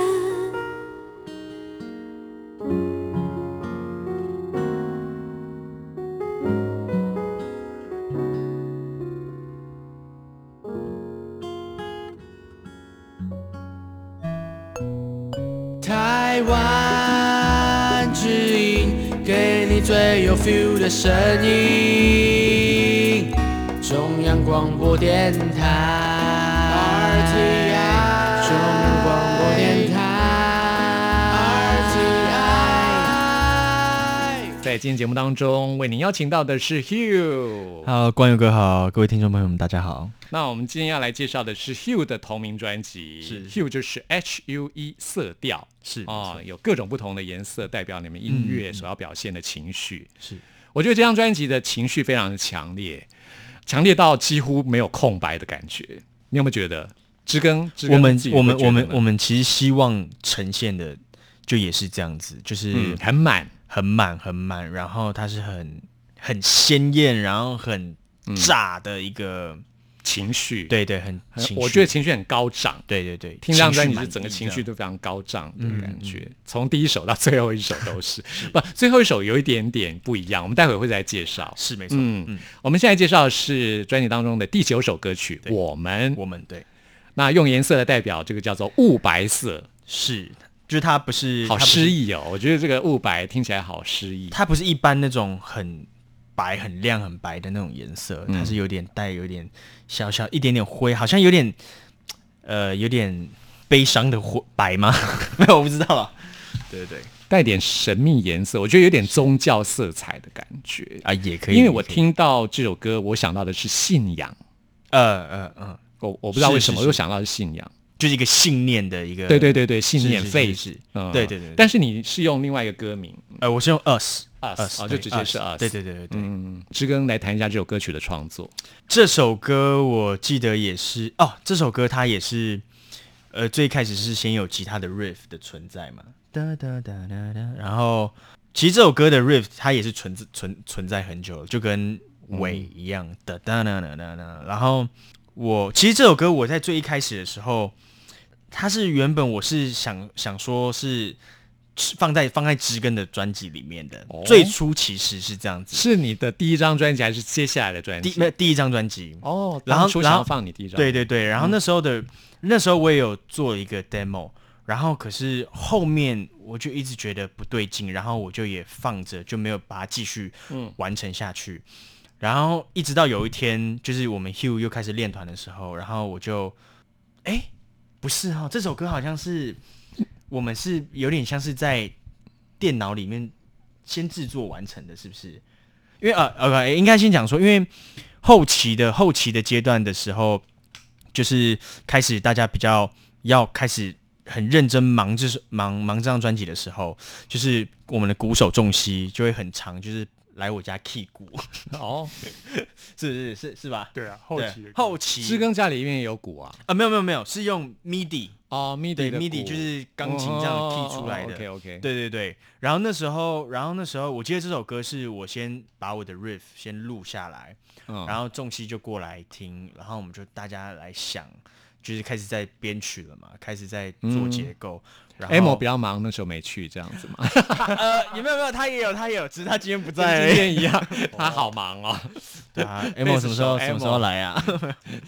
Speaker 6: 台湾之音，给你最有 feel 的声音。中央广播电台，RTI，中央广播电台，RTI。
Speaker 1: 在今天节目当中，为您邀请到的是 Hugh。
Speaker 8: Hello，光呃佑哥好，各位听众朋友们，大家好。
Speaker 1: 那我们今天要来介绍的是 Hugh 的同名专辑，
Speaker 8: 是
Speaker 1: Hugh 就是 H U E 色调，
Speaker 8: 是
Speaker 1: 啊、
Speaker 8: 没错嗯
Speaker 1: 有各种不同的颜色代表你们音乐所要表现的情绪。
Speaker 8: 是
Speaker 1: 我觉得这张专辑的情绪非常的强烈，强烈到几乎没有空白的感觉。你有没有觉得？知根，知根
Speaker 8: 我们
Speaker 1: 自己会
Speaker 8: 我们
Speaker 1: 觉得
Speaker 8: 我们
Speaker 1: 呢
Speaker 8: 我们其实希望呈现的就也是这样子，就是
Speaker 1: 嗯很满，
Speaker 8: 很满很满，然后它是很很鲜艳，然后很炸的一个，
Speaker 1: 情绪，
Speaker 8: 对对，很
Speaker 1: 很，
Speaker 8: 情绪，
Speaker 1: 我觉得情绪很高涨。
Speaker 8: 对对对，
Speaker 1: 听这张
Speaker 8: 情
Speaker 1: 专
Speaker 8: 绪
Speaker 1: 辑是
Speaker 8: 满
Speaker 1: 整个
Speaker 8: 意
Speaker 1: 情
Speaker 8: 这
Speaker 1: 绪
Speaker 8: 样嗯
Speaker 1: 都非常高涨的感觉，从第一首到最后一首都是。不，最后一首有一点点不一样，我们待会会再介绍。
Speaker 8: 是没错，
Speaker 1: 嗯
Speaker 8: 嗯，
Speaker 1: 我们现在介绍的是专辑当中的第九首歌曲《我们》，
Speaker 8: 我们对
Speaker 1: 那用颜色来代表这个叫做雾白色，
Speaker 8: 是，就是它不是
Speaker 1: 好
Speaker 8: 它不是
Speaker 1: 诗意哦。我觉得这个雾白听起来好诗意。
Speaker 8: 它不是一般那种很白、很亮、很白的那种颜色，
Speaker 1: 嗯
Speaker 8: 它是有点带有点小小一点点灰，好像有点呃有点悲伤的灰白吗？ <laughs> 没有，我不知道啊。对对对，
Speaker 1: 带点神秘颜色，我觉得有点宗教色彩的感觉。
Speaker 8: 啊也可以，
Speaker 1: 因为我
Speaker 8: 也可以
Speaker 1: 听到这首歌，我想到的是信仰，
Speaker 8: 呃呃嗯，
Speaker 1: 我我不知道为
Speaker 8: 是
Speaker 1: 什么，
Speaker 8: 是
Speaker 1: 我
Speaker 8: 是
Speaker 1: 又想到是信仰。
Speaker 8: 就是一个信念的一个，
Speaker 1: 对对对对，信
Speaker 8: 是
Speaker 1: 念
Speaker 8: 是是
Speaker 1: faith，
Speaker 8: 是
Speaker 1: 嗯
Speaker 8: 对对对对
Speaker 1: 但是你是用另外一个歌名
Speaker 8: 呃，我是用 us
Speaker 1: Us，哦
Speaker 8: 对
Speaker 1: 就直接是 us
Speaker 8: 对对对对对，
Speaker 1: 嗯，知根来谈一下这首歌曲的创作。
Speaker 8: 这首歌我记得也是哦，这首歌它也是，呃，最开始是先有吉他的 riff 的存在嘛，哒哒哒哒哒，然后其实这首歌的 riff 它也是存自存存在很久了，就跟尾一样的哒哒哒哒哒，然后我其实这首歌我在最一开始的时候，它是原本我是想想说是。是放在放在知根的专辑里面的，
Speaker 1: 哦
Speaker 8: 最初其实是这样子。
Speaker 1: 是你的第一张专辑还是接下来的专
Speaker 8: 第
Speaker 1: 辑？
Speaker 8: 没有第一张专辑
Speaker 1: 哦，
Speaker 8: 然后
Speaker 1: 当初想
Speaker 8: 然
Speaker 1: 要
Speaker 8: 后
Speaker 1: 放你第一张，
Speaker 8: 对对对，然后那时候的、那时候我也有做一个 demo，然后可是后面我就一直觉得不对劲，然后我就也放着，就没有把它继续完成下去。然后一直到有一天，就是我们 Hugh 又开始练团的时候，然后我就，哎，不是哦，这首歌好像是我们是有点像是在电脑里面先制作完成的，是不是？因为呃呃，应该先讲说，因为后期的后期的阶段的时候，就是开始大家比较要开始很认真忙，就是忙忙这张专辑的时候，就是我们的鼓手重熙就会很长，就是来我家 key 鼓，
Speaker 1: 哦，
Speaker 8: 是是是是吧？
Speaker 5: 对啊，后期
Speaker 8: 对后期
Speaker 1: 知根家里面也有鼓啊，
Speaker 8: 啊，没有没有没有，是用 MIDI
Speaker 1: 哦，MIDI
Speaker 8: 对
Speaker 1: 的鼓
Speaker 8: MIDI 就是钢琴这样 key 出来的。
Speaker 1: OK OK，，
Speaker 8: 对对对，然后那时候，然后那时候，我记得这首歌是我先把我的 riff 先录下来，
Speaker 1: 嗯
Speaker 8: 然后重熙就过来听，然后我们就大家来想，就是开始在编曲了嘛，开始在做结构。然后
Speaker 1: M 比较忙，那时候没去这样子嘛，
Speaker 8: 呃，有没有没有，他也有他也有，只是他今天不
Speaker 1: 跟
Speaker 8: 在
Speaker 1: 今
Speaker 8: 而已。
Speaker 1: 天一样，他好忙哦。
Speaker 8: 对啊
Speaker 1: 贝
Speaker 8: ，M
Speaker 1: 斯
Speaker 8: 什么时候
Speaker 1: 手
Speaker 8: 什么时
Speaker 1: Amo
Speaker 8: 候来啊？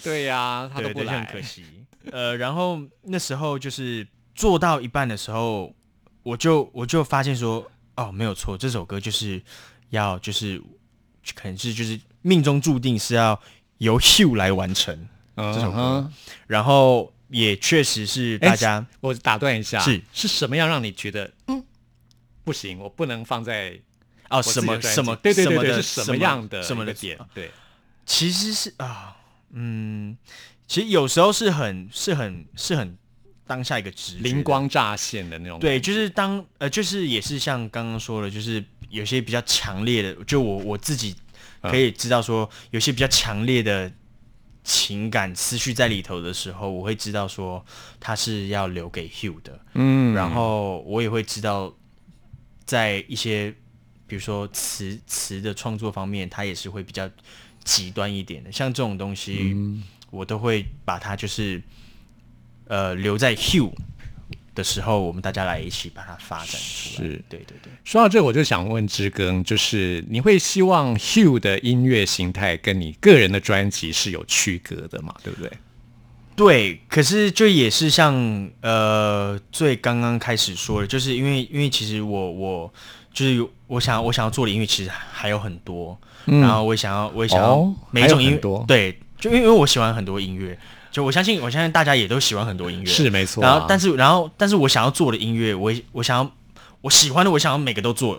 Speaker 1: 对呀，他
Speaker 8: 对
Speaker 1: 都不
Speaker 8: 对，
Speaker 1: 来，
Speaker 8: 很可惜。呃，然后那时候就是做到一半的时候，我就我就发现说，哦，没有错，这首歌就是要就是可能是就是命中注定是要由 Hugh 来完成，
Speaker 1: 嗯哼。
Speaker 8: 这首歌然后也确实是大
Speaker 1: 哎
Speaker 8: 家
Speaker 1: 我打断一下，
Speaker 8: 是
Speaker 1: 是什么样让你觉得嗯不行，我不能放在
Speaker 8: 哦
Speaker 1: 我自
Speaker 8: 什
Speaker 1: 己的
Speaker 8: 么
Speaker 1: 专辑
Speaker 8: 什么
Speaker 1: 对对
Speaker 8: 什
Speaker 1: 对
Speaker 8: 么
Speaker 1: 对
Speaker 8: 的
Speaker 1: 是什么样的
Speaker 8: 什么
Speaker 1: 一
Speaker 8: 的啊
Speaker 1: 个点？对，
Speaker 8: 其实是啊，嗯，其实有时候是很是很是很当下一个直觉的
Speaker 1: 灵光乍现的那种
Speaker 8: 对，
Speaker 1: 感觉，
Speaker 8: 就是当呃，就是也是像刚刚说的，就是有些比较强烈的，就我我自己可以知道说，有些比较强烈的情感思绪在里头的时候，我会知道说它是要留给 Hugh 的，
Speaker 1: 嗯
Speaker 8: 然后我也会知道，在一些比如说词词的创作方面，它也是会比较极端一点的。像这种东西，我都会把它就是呃留在 Hugh 的时候，我们大家来一起把它发展出来。
Speaker 1: 是
Speaker 8: 对对对。
Speaker 1: 说到这，我就想问知更，就是你会希望 Hugh 的音乐形态跟你个人的专辑是有区隔的嘛？对不对？
Speaker 8: 对，可是就也是像呃最刚刚开始说的，就是因为因为其实我我就是我想我想要做的音乐其实还有很多，然后我也想要我也想
Speaker 1: 嗯
Speaker 8: 要
Speaker 1: 哦
Speaker 8: 每一种
Speaker 1: 还有
Speaker 8: 音乐、
Speaker 1: 很多
Speaker 8: 对，就因为因为我喜欢很多音乐，就我相信我相信大家也都喜欢很多音乐，
Speaker 1: 是没错啊
Speaker 8: 然后但是然后但是我想要做的音乐，我也我想要我喜欢的，我想要每个都做，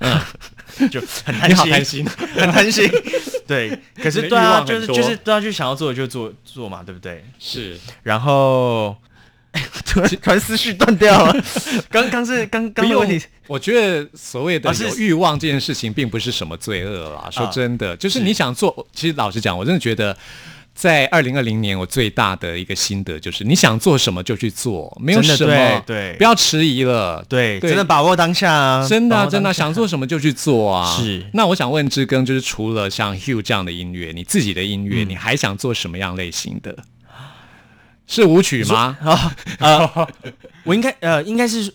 Speaker 8: 嗯，
Speaker 1: <laughs>
Speaker 8: 就很贪
Speaker 1: 你
Speaker 8: 心，
Speaker 1: 好贪
Speaker 8: <laughs>
Speaker 1: 心，
Speaker 8: 很贪心，对，可
Speaker 1: 你的
Speaker 8: 是
Speaker 1: 欲
Speaker 8: 对啊，
Speaker 1: 望
Speaker 8: 就
Speaker 1: 很
Speaker 8: 是
Speaker 1: 多
Speaker 8: 就是对啊，就想要做的就做做嘛，对不对？
Speaker 1: 是
Speaker 8: 然后突然突然思绪断
Speaker 1: <laughs>
Speaker 8: 掉了，刚刚是刚刚的问题，
Speaker 1: 我觉得所谓的
Speaker 8: 啊是
Speaker 1: 有欲望这件事情，并不是什么罪恶啦。说
Speaker 8: 啊
Speaker 1: 真的，就是你想做，其实老实讲，我真的觉得。在二零二零年，我最大的一个心得就是，你想做什么就去做，没有
Speaker 8: 真的
Speaker 1: 什么
Speaker 8: 对对
Speaker 1: 不要迟疑了。
Speaker 8: 对，
Speaker 1: 对
Speaker 8: 真的把握当下啊，
Speaker 1: 真的啊、
Speaker 8: 把握
Speaker 1: 真的
Speaker 8: <laughs>
Speaker 1: 啊、
Speaker 8: 当下
Speaker 1: 想做什么就去做啊。
Speaker 8: 是
Speaker 1: 那我想问知更，就是除了像 Hugh 这样的音乐，你自己的音乐，
Speaker 8: 嗯
Speaker 1: 你还想做什么样类型的？是舞曲吗？
Speaker 8: 我应该呃应该是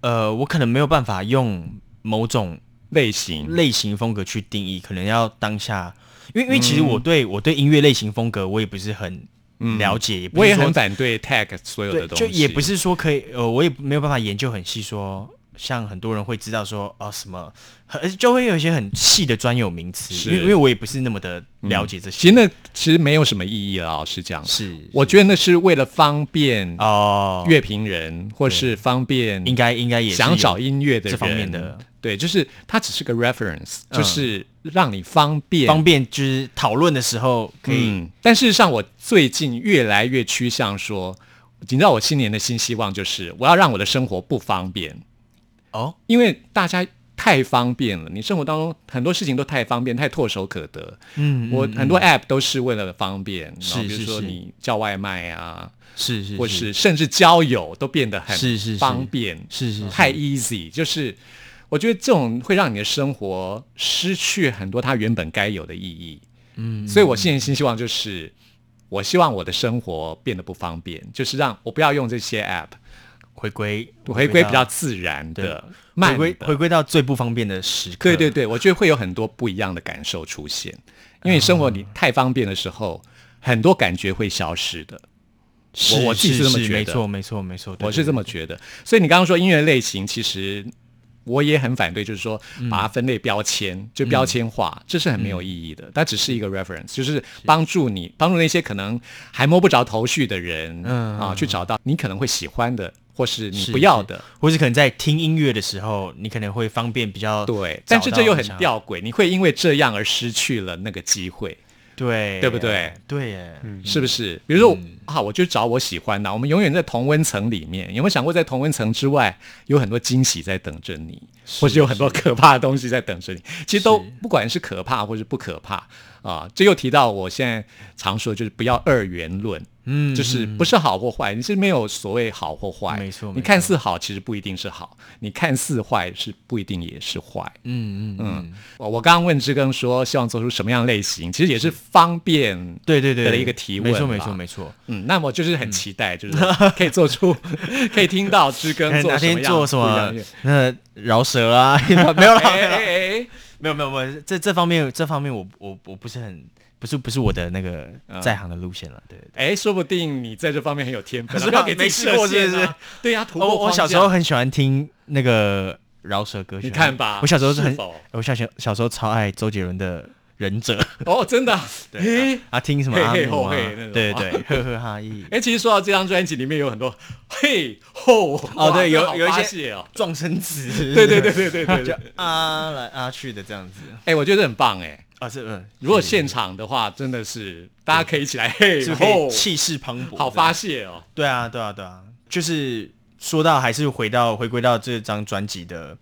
Speaker 8: 呃我可能没有办法用某种
Speaker 1: 类型？
Speaker 8: 类型风格去定义，可能要当下，因为因为其实
Speaker 1: 嗯
Speaker 8: 我对、我对音乐类型风格我也不是很了解，也不
Speaker 1: 我
Speaker 8: 是
Speaker 1: 也
Speaker 8: 说
Speaker 1: 很反对 tag 所有的
Speaker 8: 对，
Speaker 1: 东西，
Speaker 8: 就也不是说可以，呃，我也没有办法研究很细说。像很多人会知道说哦什么，很就会有一些很细的专有名词，
Speaker 1: 是嗯
Speaker 8: 因为因为我也不是那么的了解这
Speaker 1: 其
Speaker 8: 些。
Speaker 1: 实那其实没有什么意义了，哦老实讲，
Speaker 8: 是
Speaker 1: 我觉得那是为了方便
Speaker 8: 哦，
Speaker 1: 乐评人，或是方便
Speaker 8: 应该应该也是
Speaker 1: 想找
Speaker 8: 有
Speaker 1: 音乐的
Speaker 8: 这方面
Speaker 1: 人
Speaker 8: 的，
Speaker 1: 对，就是它只是个 reference，、
Speaker 8: 嗯
Speaker 1: 就是让你方便
Speaker 8: 方便，就是讨论的时候可以
Speaker 1: 嗯，但事实上，我最近越来越趋向说，你知道我新年的新希望就是，我要让我的生活不方便，
Speaker 8: 哦
Speaker 1: 因为大家太方便了，你生活当中很多事情都太方便，太唾手可得。
Speaker 8: 嗯
Speaker 1: 我很多 app 都是为了方便，然后
Speaker 8: 是
Speaker 1: 比如
Speaker 8: 是
Speaker 1: 说
Speaker 8: 是
Speaker 1: 你叫外卖啊，
Speaker 8: 是是
Speaker 1: 或是甚至交友都变得很
Speaker 8: 是是是
Speaker 1: 方便，
Speaker 8: 是是是
Speaker 1: 太 easy，就是我觉得这种会让你的生活失去很多它原本该有的意义。嗯，所以我现在新希望就是，我希望我的生活变得不方便，就是让我不要用这些 app，
Speaker 8: 回归
Speaker 1: 回归比较
Speaker 8: 到
Speaker 1: 自然的
Speaker 8: 对、
Speaker 1: 慢
Speaker 8: 回归
Speaker 1: 的
Speaker 8: 回归到最不方便的时刻。
Speaker 1: 对对对，我觉得会有很多不一样的感受出现，因为你生活你太方便的时候，很多感觉会消失的。
Speaker 8: 是，
Speaker 1: 我我自己是这么觉得
Speaker 8: 没错没错没错，对
Speaker 1: 我是
Speaker 8: 对
Speaker 1: 这么觉得。所以你刚刚说音乐类型，其实我也很反对，就是说
Speaker 8: 嗯
Speaker 1: 把它分类标签，就标签化，这是很没有意义
Speaker 8: 嗯
Speaker 1: 的。它只是一个 reference，就是帮助你帮助那些可能还摸不着头绪的人，
Speaker 8: 嗯
Speaker 1: 啊，去找到你可能会喜欢的，或是你
Speaker 8: 是
Speaker 1: 不要的。
Speaker 8: 或是可能在听音乐的时候，你可能会方便比较
Speaker 1: 对，但是
Speaker 8: 找到
Speaker 1: 这又很
Speaker 8: 你想要
Speaker 1: 吊诡，你会因为这样而失去了那个机会，
Speaker 8: 对，
Speaker 1: 对不嗯对？
Speaker 8: 对耶，
Speaker 1: 是不是？比如说，
Speaker 8: 嗯
Speaker 1: 啊，我就找我喜欢的，我们永远在同温层里面。有没有想过，在同温层之外，有很多惊喜在等着你，或是有很多可怕的东西在等着你？其实都不管是可怕或是不可怕啊，这又提到我现在常说，就是不要二元论。
Speaker 8: 嗯
Speaker 1: 就是不是好或坏，你是没有所谓好或坏，
Speaker 8: 没错
Speaker 1: 你
Speaker 8: 没
Speaker 1: 看似好，其实不一定是好；你看似坏，是不一定也是坏。
Speaker 8: 嗯嗯嗯，
Speaker 1: 我我刚刚问知更说，希望做出什么样类型，其实也是方便
Speaker 8: 对对对，
Speaker 1: 的
Speaker 8: 对
Speaker 1: 一个提
Speaker 8: 没错
Speaker 1: 问
Speaker 8: 没
Speaker 1: 吧
Speaker 8: 错没错。
Speaker 1: 嗯，那么就是很期待，就是说可以做
Speaker 8: <laughs>
Speaker 1: 出，可以听到知更
Speaker 8: 嗯哎
Speaker 1: 做
Speaker 8: 哪
Speaker 1: 什么
Speaker 8: 天做
Speaker 1: 样
Speaker 8: 什
Speaker 1: 不一样
Speaker 8: 么
Speaker 1: 的乐？
Speaker 8: 那饶舌啊，
Speaker 1: <laughs>
Speaker 8: <laughs> 没有啦，
Speaker 1: 哎哎哎，
Speaker 8: 没有没有没有，这这方面这方面我我我不是很不是不是我的那个
Speaker 1: 嗯
Speaker 8: 在行的路线了，对对对。
Speaker 1: 哎，说不定你在这方面很有天分，啊
Speaker 8: 是
Speaker 1: 不要
Speaker 8: 吧
Speaker 1: 给自己
Speaker 8: 没试过
Speaker 1: 设限啊
Speaker 8: 是不是？
Speaker 1: 对呀，突破
Speaker 8: 哦我我
Speaker 1: 框
Speaker 8: 小时
Speaker 1: 架
Speaker 8: 候很喜欢听那个饶舌歌曲，
Speaker 1: 你
Speaker 8: 啊
Speaker 1: 看吧
Speaker 8: 我小时候是很
Speaker 1: 是否，
Speaker 8: 我小小小时候超爱周杰伦的《忍者》
Speaker 1: 哦，真的啊，哎
Speaker 8: 啊，听什么
Speaker 1: 嘿
Speaker 8: 阿
Speaker 1: 嘿
Speaker 8: 姆
Speaker 1: 吼
Speaker 8: 啊
Speaker 1: 嘿那种，
Speaker 8: 对
Speaker 1: 啊
Speaker 8: 对对， <laughs> 呵呵哈一，
Speaker 1: 哎，其实说到这张专辑里面有很多嘿吼
Speaker 8: 哦，对，有有一
Speaker 1: 些
Speaker 8: 些
Speaker 1: 哦，
Speaker 8: 撞声词，
Speaker 1: <laughs> 对对对对对对
Speaker 8: <laughs> 就
Speaker 1: 对，
Speaker 8: 啊来啊去的这样子
Speaker 1: 哎，我觉得很棒哎。
Speaker 8: 啊，是嗯，
Speaker 1: 如果
Speaker 8: 是
Speaker 1: 现场的话，真的是大家可以一起来嘿
Speaker 8: 是不是可
Speaker 1: 吼
Speaker 8: 以，气势磅礴，
Speaker 1: 好发，泄哦。
Speaker 8: 对啊对啊对啊，就是说到还是回到回归到这张专辑的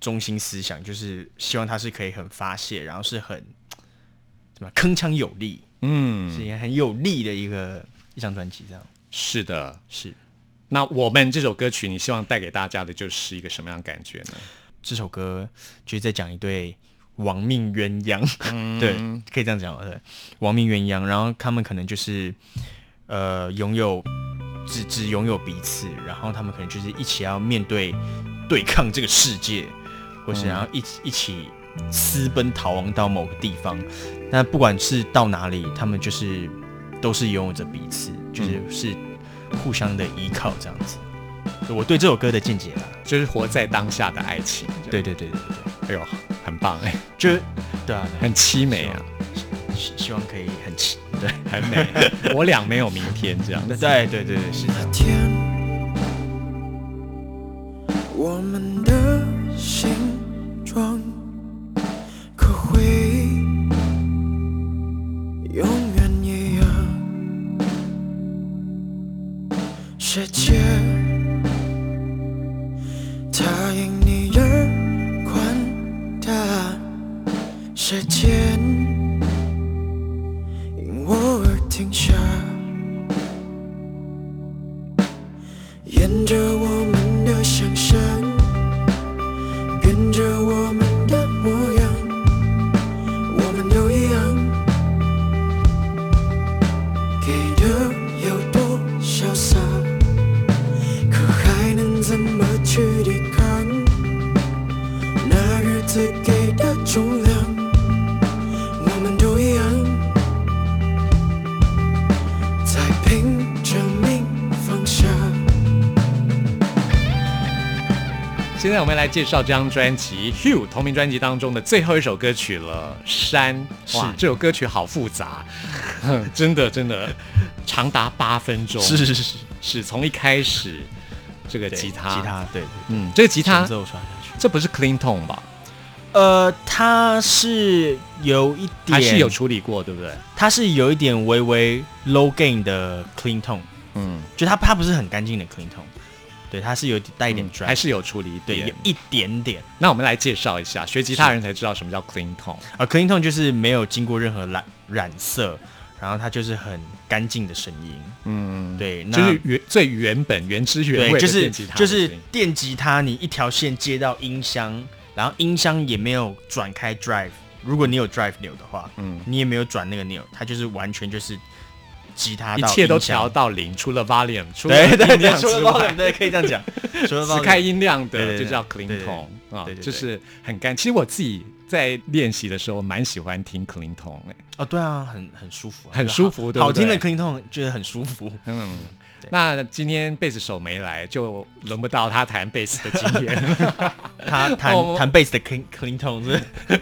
Speaker 8: 中心思想，就是希望它是可以很发泄，然后是很怎么样铿锵有力，
Speaker 1: 嗯，
Speaker 8: 是一个很有力的一个一张专辑，这样
Speaker 1: 是的。
Speaker 8: 是
Speaker 1: 那我们这首歌曲，你希望带给大家的就是一个什么样的感觉呢？
Speaker 8: 这首歌就是在讲一对亡命鸳鸯， <laughs> 对，可以这样讲，啊对，亡命鸳鸯，然后他们可能就是呃拥有只只拥有彼此，然后他们可能就是一起要面对对抗这个世界，或是然后一起一起私奔逃亡到某个地方，那不管是到哪里，他们就是都是拥有着彼此，就是是互相的依靠这样子。就我对这首歌的见解啊啦，
Speaker 1: 就是活在当下的爱情。
Speaker 8: 对对对对对对，
Speaker 1: 哎呦，很棒哎，
Speaker 8: 就对啊，对啊
Speaker 1: 很凄美啊，
Speaker 8: 希希望可以很期对，
Speaker 1: 很
Speaker 8: <laughs>
Speaker 1: 美。我俩没有明天这样子。
Speaker 8: 对对对对，是这
Speaker 1: 嗯
Speaker 8: 样。
Speaker 4: 天，我们的形状可回忆永远一样。世界，它因你而宽大，时间因我而停下。沿着我们的想象，变着我们的模样，我们都一样。给的有多潇洒，可还能怎么去抵抗？那日子给的重量，我们都一样。在拼着命放下。
Speaker 1: 现在我们来介绍这张专辑《Hugh》同名专辑当中的最后一首歌曲了，《山》。哇，
Speaker 8: 是
Speaker 1: 这首歌曲好复
Speaker 8: <laughs>
Speaker 1: 杂，哼真的真的，长达八分钟。
Speaker 8: 是是是，
Speaker 1: 是，从一开始这个
Speaker 8: 对
Speaker 1: 吉他，
Speaker 8: 吉，他对，
Speaker 1: 嗯，这个吉
Speaker 8: 吉
Speaker 1: 他，
Speaker 8: 奏传下去。
Speaker 1: 这不是 clean tone 吧？
Speaker 8: 呃，它是有一点，
Speaker 1: 还是有，处理过，对不对？
Speaker 8: 它是有一点微微 low gain 的 clean tone，
Speaker 1: 嗯，
Speaker 8: 就它它不是很干净的 clean tone，对，它是有带一点
Speaker 1: 嗯
Speaker 8: dry，、
Speaker 1: 还是有处理一
Speaker 8: 对有
Speaker 1: 点。
Speaker 8: 一点点。
Speaker 1: 那我们来介绍一下，学吉他人才知道什么叫 clean tone。
Speaker 8: 啊，clean tone 就是没有经过任何染染色，然后它就是很干净的声音。
Speaker 1: 嗯，
Speaker 8: 对，那
Speaker 1: 就是原最原本原汁原
Speaker 8: 对，
Speaker 1: 味
Speaker 8: 就
Speaker 1: 的
Speaker 8: 是
Speaker 1: 电吉他的
Speaker 8: 就
Speaker 1: 声音，
Speaker 8: 是电吉他，你一条线接到音箱，然后音箱也没有转开 drive。如果你有 drive 钮的话，
Speaker 1: 嗯
Speaker 8: 嗯，你也没有转那个钮，它就是完全就是吉他
Speaker 1: 一
Speaker 8: 到
Speaker 1: 切都
Speaker 8: 音箱
Speaker 1: 调到零，除了 volume，除了
Speaker 8: 对对
Speaker 1: 音量
Speaker 8: 对，除
Speaker 1: 之
Speaker 8: 了包
Speaker 1: 外
Speaker 8: 含，，对，可以这样讲，除
Speaker 1: <laughs>
Speaker 8: 了包
Speaker 1: 只
Speaker 8: 含
Speaker 1: 开音量
Speaker 8: 对
Speaker 1: 的
Speaker 8: 对
Speaker 1: 就
Speaker 8: 对
Speaker 1: 叫
Speaker 8: 对
Speaker 1: clean
Speaker 8: 对
Speaker 1: tone 啊
Speaker 8: 对，对
Speaker 1: 就是很干。其实我自己在练习的时候，蛮喜欢听 clean tone 哎。
Speaker 8: 哦，对啊，很很舒服啊，
Speaker 1: 很
Speaker 8: 对
Speaker 1: 舒
Speaker 8: 好
Speaker 1: 服对不
Speaker 8: 好听的
Speaker 1: 对
Speaker 8: clean tone 觉得很舒服，
Speaker 1: 嗯，那今天贝斯手没来，就轮不到他弹贝斯的经 <laughs> 验。
Speaker 8: 他
Speaker 1: <laughs>
Speaker 8: 弹
Speaker 1: 哦
Speaker 8: 弹贝斯的 clean clean
Speaker 1: <laughs>
Speaker 8: tone 是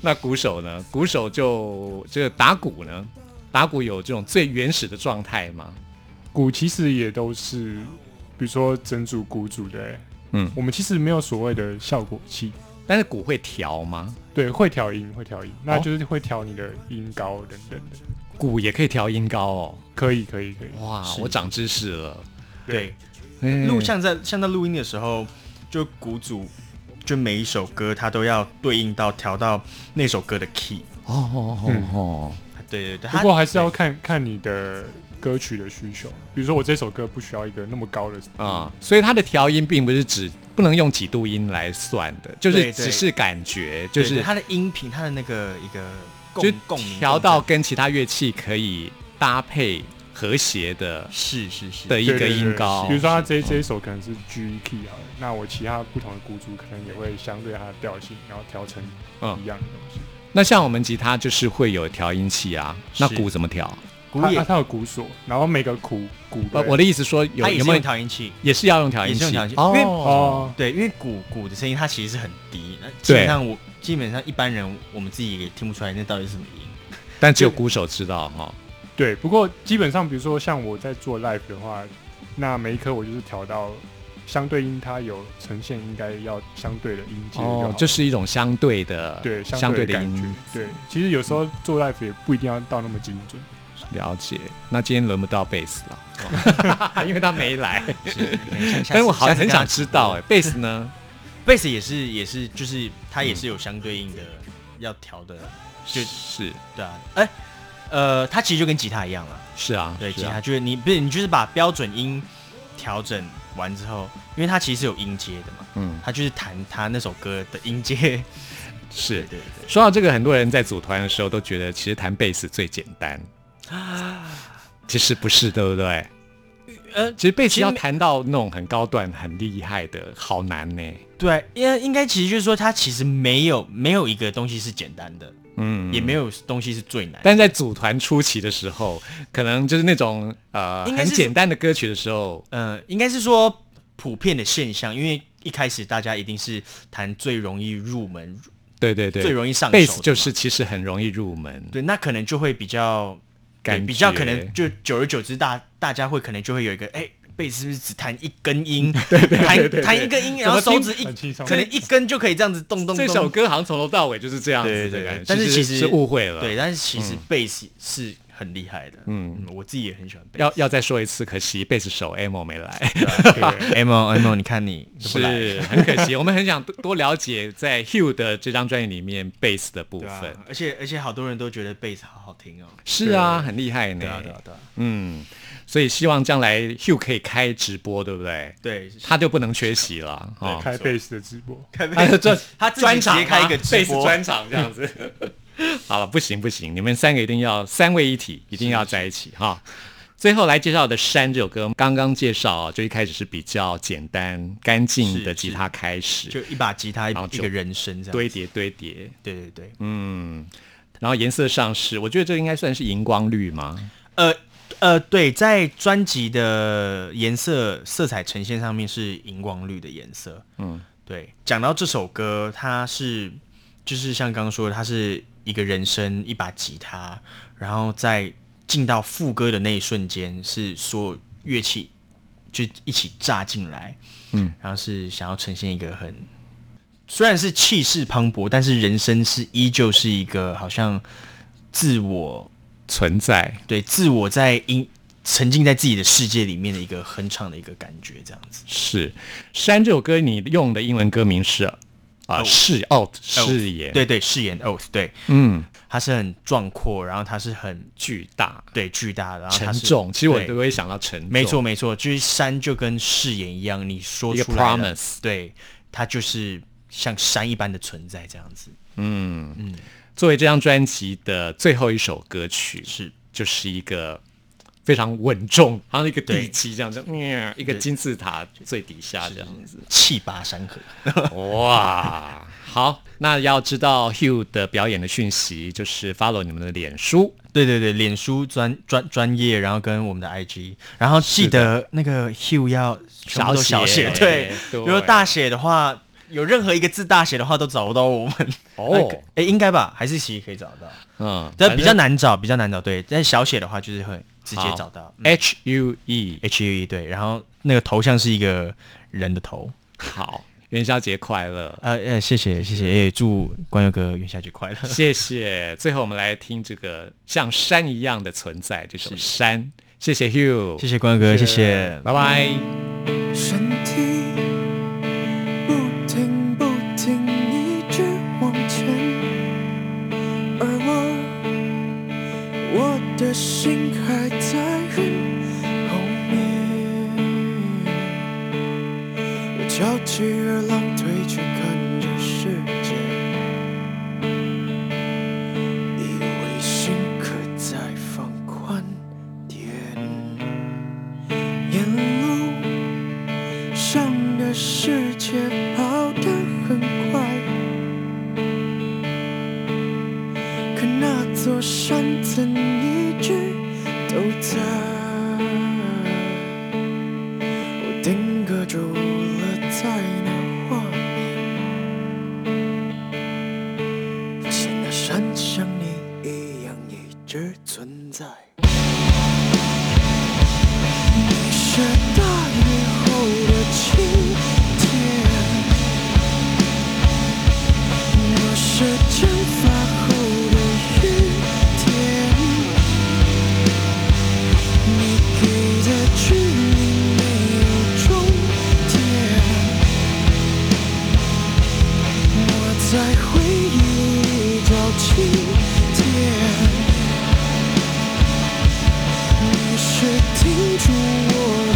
Speaker 1: 那鼓手呢？鼓手就这个打鼓呢？打鼓有这种最原始的状态吗？
Speaker 9: 鼓其实也都是，比如说整组鼓组的，
Speaker 1: 嗯
Speaker 9: 我们其实没有所谓的效果器，
Speaker 1: 但是鼓会调吗？
Speaker 9: 对，会调音，会调音，
Speaker 1: 哦
Speaker 9: 那就是会调你的音高等等的，
Speaker 1: 鼓也可以调音高哦。
Speaker 9: 可以，可以，可以。
Speaker 1: 哇，我长知识了。
Speaker 8: 对，
Speaker 1: 哎
Speaker 8: 录像在像在录音的时候，就鼓组就每一首歌它都要对应到调到那首歌的 key。
Speaker 1: 哦哦哦哦，
Speaker 8: 对对对，
Speaker 9: 不
Speaker 8: 它
Speaker 9: 过还是要看看你的歌曲的需求，比如说我这首歌不需要一个那么高的
Speaker 1: 啊、所以它的调音并不是指不能用几度音来算的，就
Speaker 8: 对
Speaker 1: 是
Speaker 8: 对
Speaker 1: 只是感觉，
Speaker 8: 对
Speaker 1: 就
Speaker 8: 对
Speaker 1: 是
Speaker 8: 它的音频，它的那个一个共
Speaker 1: 就
Speaker 8: 共鸣
Speaker 1: 调到
Speaker 8: 共
Speaker 1: 跟其他乐器可以搭配和谐的
Speaker 8: 振是是是
Speaker 1: 的一
Speaker 9: 对
Speaker 1: 个
Speaker 9: 对对
Speaker 1: 音高。
Speaker 9: 比如说他这这一首可能是 G key 好了，那我其他不同的鼓组可能也会相对它的调性，然后调成
Speaker 1: 嗯
Speaker 9: 一样的东西。
Speaker 1: 那像我们吉他就是会有调音器啊，那
Speaker 8: 是
Speaker 1: 鼓怎么调？
Speaker 8: 鼓
Speaker 9: 它
Speaker 8: 也
Speaker 9: 它它有鼓锁，然后每个鼓鼓
Speaker 1: 呃
Speaker 9: 的，
Speaker 1: 我的意思说有
Speaker 8: 它也
Speaker 1: 有
Speaker 8: 是
Speaker 1: 没
Speaker 8: 用
Speaker 1: 有
Speaker 8: 调音器。
Speaker 1: 也是要用调音
Speaker 8: 也
Speaker 1: 器
Speaker 8: 是用调音器因为
Speaker 1: 哦，
Speaker 9: 哦，
Speaker 8: 对，因为鼓鼓的声音它其实是很低，那基本上我基本上一般人我们自己也听不出来那到底是什么音。
Speaker 1: 但只有鼓手知道哈。
Speaker 9: 对，不过基本上，比如说像我在做 live 的话，那每一颗我就是调到相对应，它有呈现应该要相对的音阶就好了。
Speaker 1: 哦，这是一种相对的
Speaker 9: 对
Speaker 1: 相
Speaker 9: 对
Speaker 1: 对的
Speaker 9: 感觉
Speaker 1: 音。
Speaker 9: 对，其实有时候做 live 也不一定要到那么精准。
Speaker 1: 了解。那今天轮不到贝斯
Speaker 8: <laughs>
Speaker 1: 了，因为他没来。 <laughs> 但哎是我好像很想知道哎，贝斯呢？
Speaker 8: 贝斯也是也是 <laughs> 就是它也是有相对应的要调的，就是对啊，哎、呃，它其实就跟吉他一样了，
Speaker 1: 是啊，
Speaker 8: 对，
Speaker 1: 是
Speaker 8: 吉他
Speaker 1: 啊，
Speaker 8: 就是你不是你就是把标准音调整完之后，因为它其实是有音阶的嘛，
Speaker 1: 嗯，
Speaker 8: 它就是弹它那首歌的音阶，对
Speaker 1: 是。
Speaker 8: <laughs> 对
Speaker 1: 说到这个，很多人在组团的时候都觉得，其实弹贝斯最简
Speaker 8: <laughs>
Speaker 1: 单，其实不是，对不对？
Speaker 8: 对，呃，
Speaker 1: 其实贝斯
Speaker 8: 其实
Speaker 1: 要
Speaker 8: 没
Speaker 1: 弹到那种很高段、很厉害的，好难呢。
Speaker 8: 对，啊因为应该其实就是说，它其实没有没有一个东西是简单的，
Speaker 1: 嗯，
Speaker 8: 也没有东西是最难的。
Speaker 1: 但在组团初期的时候，可能就是那种呃
Speaker 8: 应
Speaker 1: 很
Speaker 8: 该是
Speaker 1: 简单的歌曲的时候，
Speaker 8: 呃，应该是说普遍的现象，因为一开始大家一定是弹最容易入门、
Speaker 1: 对对对，
Speaker 8: 最容易上手的
Speaker 1: 贝
Speaker 8: 嘛，
Speaker 1: 斯就是其实很容易入门，
Speaker 8: 对，那可能就会比较对
Speaker 1: 感
Speaker 8: 比较
Speaker 1: 觉
Speaker 8: 可能就久而久之大，大家会可能就会有一个哎。贝斯是不是只弹一
Speaker 1: <laughs>
Speaker 8: 根音，对对弹弹一根音，然后
Speaker 1: 怎
Speaker 8: 手
Speaker 1: 么
Speaker 8: 指一
Speaker 9: 很轻松
Speaker 8: 可能一根就可以这样子动动动。
Speaker 1: 这首歌好像从头到尾就是这样
Speaker 8: 对
Speaker 1: 子
Speaker 8: 对
Speaker 1: 的
Speaker 8: 对
Speaker 1: 感觉，
Speaker 8: 但是其实
Speaker 1: 是误会了。
Speaker 8: 对，，但是其实贝斯是很厉害的。
Speaker 1: 嗯
Speaker 8: 嗯，我自己也很喜欢贝斯。
Speaker 1: 要
Speaker 8: <laughs>
Speaker 1: 要再说一次，可惜贝斯手 Amo 没来，
Speaker 8: 啊 Emo Emo，你看你都不
Speaker 1: <laughs>
Speaker 8: 来
Speaker 1: 是很可惜。我们很想多多了解在 Hugh 的这张专辑里面贝斯的部
Speaker 8: 对啊
Speaker 1: 分。，
Speaker 8: 而且而且好多人都觉得贝斯好好听哦。
Speaker 1: 是啊，很厉害呢。
Speaker 8: 对啊对啊对啊，
Speaker 1: 嗯，所以希望将来 Hugh 可以开直播，对不对？
Speaker 8: 对，
Speaker 1: 他就不能缺席了哦。
Speaker 9: 开贝斯的直播，
Speaker 1: <laughs> 哎
Speaker 8: <laughs>
Speaker 1: 呀这
Speaker 8: 他自己
Speaker 1: 专场
Speaker 8: 直接开一个
Speaker 1: 吗
Speaker 8: 直
Speaker 1: 贝斯
Speaker 8: 播
Speaker 1: 专场这样子。
Speaker 8: <laughs>
Speaker 1: <laughs> 好了，不行不行，你们三个一定要三位一体，一定要在一起哈。最后来介绍的《山》这首歌，刚刚介绍啊就一开始是比较简单干净
Speaker 8: 是
Speaker 1: 的
Speaker 8: 是
Speaker 1: 吉他开
Speaker 8: 就
Speaker 1: 始，
Speaker 8: 一把吉他，一
Speaker 1: 然后就
Speaker 8: 一个人声这样。
Speaker 1: 堆叠堆叠，
Speaker 8: 对对对，
Speaker 1: 嗯，然后颜色上是，我觉得这应该算是荧光绿吗？
Speaker 8: 呃呃，对，在专辑的颜色色彩呈现上面是荧光绿的颜色。
Speaker 1: 嗯，
Speaker 8: 对。讲到这首歌，它是就是像刚刚说的，它是一个人声，一把吉他，然后在进到副歌的那一瞬间，是所有乐器就一起炸进来。
Speaker 1: 嗯，
Speaker 8: 然后是想要呈现一个很。虽然是气势磅礴，但是人生是依旧是一个好像自我
Speaker 1: 存在，
Speaker 8: 对自我在因沉浸在自己的世界里面的一个哼唱的一个感觉，这样子。
Speaker 1: 是《山》这首歌，你用的英文歌名是啊，
Speaker 8: Oath
Speaker 1: 视 out 视野，，
Speaker 8: 对对，饰演 oath，对，
Speaker 1: 嗯，
Speaker 8: 它是很壮阔，然后它是很巨
Speaker 1: 大
Speaker 8: 对巨大的，然后它
Speaker 1: 沉
Speaker 8: 是
Speaker 1: 重。其实我
Speaker 8: 对
Speaker 1: 都会想到沉重，
Speaker 8: 没错没错，就是山就跟誓言一样，你说
Speaker 1: 一个
Speaker 8: 出来了
Speaker 1: promise
Speaker 8: 对，它就是像山一般的存在这样子。
Speaker 1: 作为这张专辑的最后一首歌曲，
Speaker 8: 是
Speaker 1: 就是一个非常稳重，好像一个地
Speaker 8: 对
Speaker 1: 基这样子，嗯，一个金字塔最底下这样子。
Speaker 8: 气拔山河，
Speaker 1: 哇，好，那要知道 Hugh 的表演的讯息，就是 follow 你们的脸书，
Speaker 8: 对对对，脸书专专专业，然后跟我们的 IG，然后记得那个 Hugh 要全部都
Speaker 1: 小
Speaker 8: 小
Speaker 1: 写哎
Speaker 8: 写，对，
Speaker 1: 对
Speaker 8: 如果大写的话，有任何一个字大写的话都找不到我们。
Speaker 1: 哦
Speaker 8: 哎、诶应该吧，还是其实可以找到，
Speaker 1: 嗯，
Speaker 8: 但比较难找，比较难找，对，但小写的话就是很直接
Speaker 1: 好
Speaker 8: 找到。嗯
Speaker 1: H U E，
Speaker 8: H U E 对，然后那个头像是一个人的头，
Speaker 1: 好，元宵节快乐。
Speaker 8: 呃呃，谢谢谢谢，也祝关佑哥元宵节快乐。
Speaker 1: 谢谢。最后我们来听这个像山一样的存在这首《山》，谢谢 Hugh，
Speaker 8: 谢谢关佑哥，谢谢，
Speaker 1: 拜拜。
Speaker 5: 身体不停不停一直往前，而我，我的心还在云后面。我翘起二郎腿去看这世界，以为心可再放宽点，沿路。上的世界跑得很快，可那座山曾一直都在。我定格住了在那画面，发现那山像你一样一直存在。你是大雨后的晴天，我是蒸发后的雨天。你给是停住我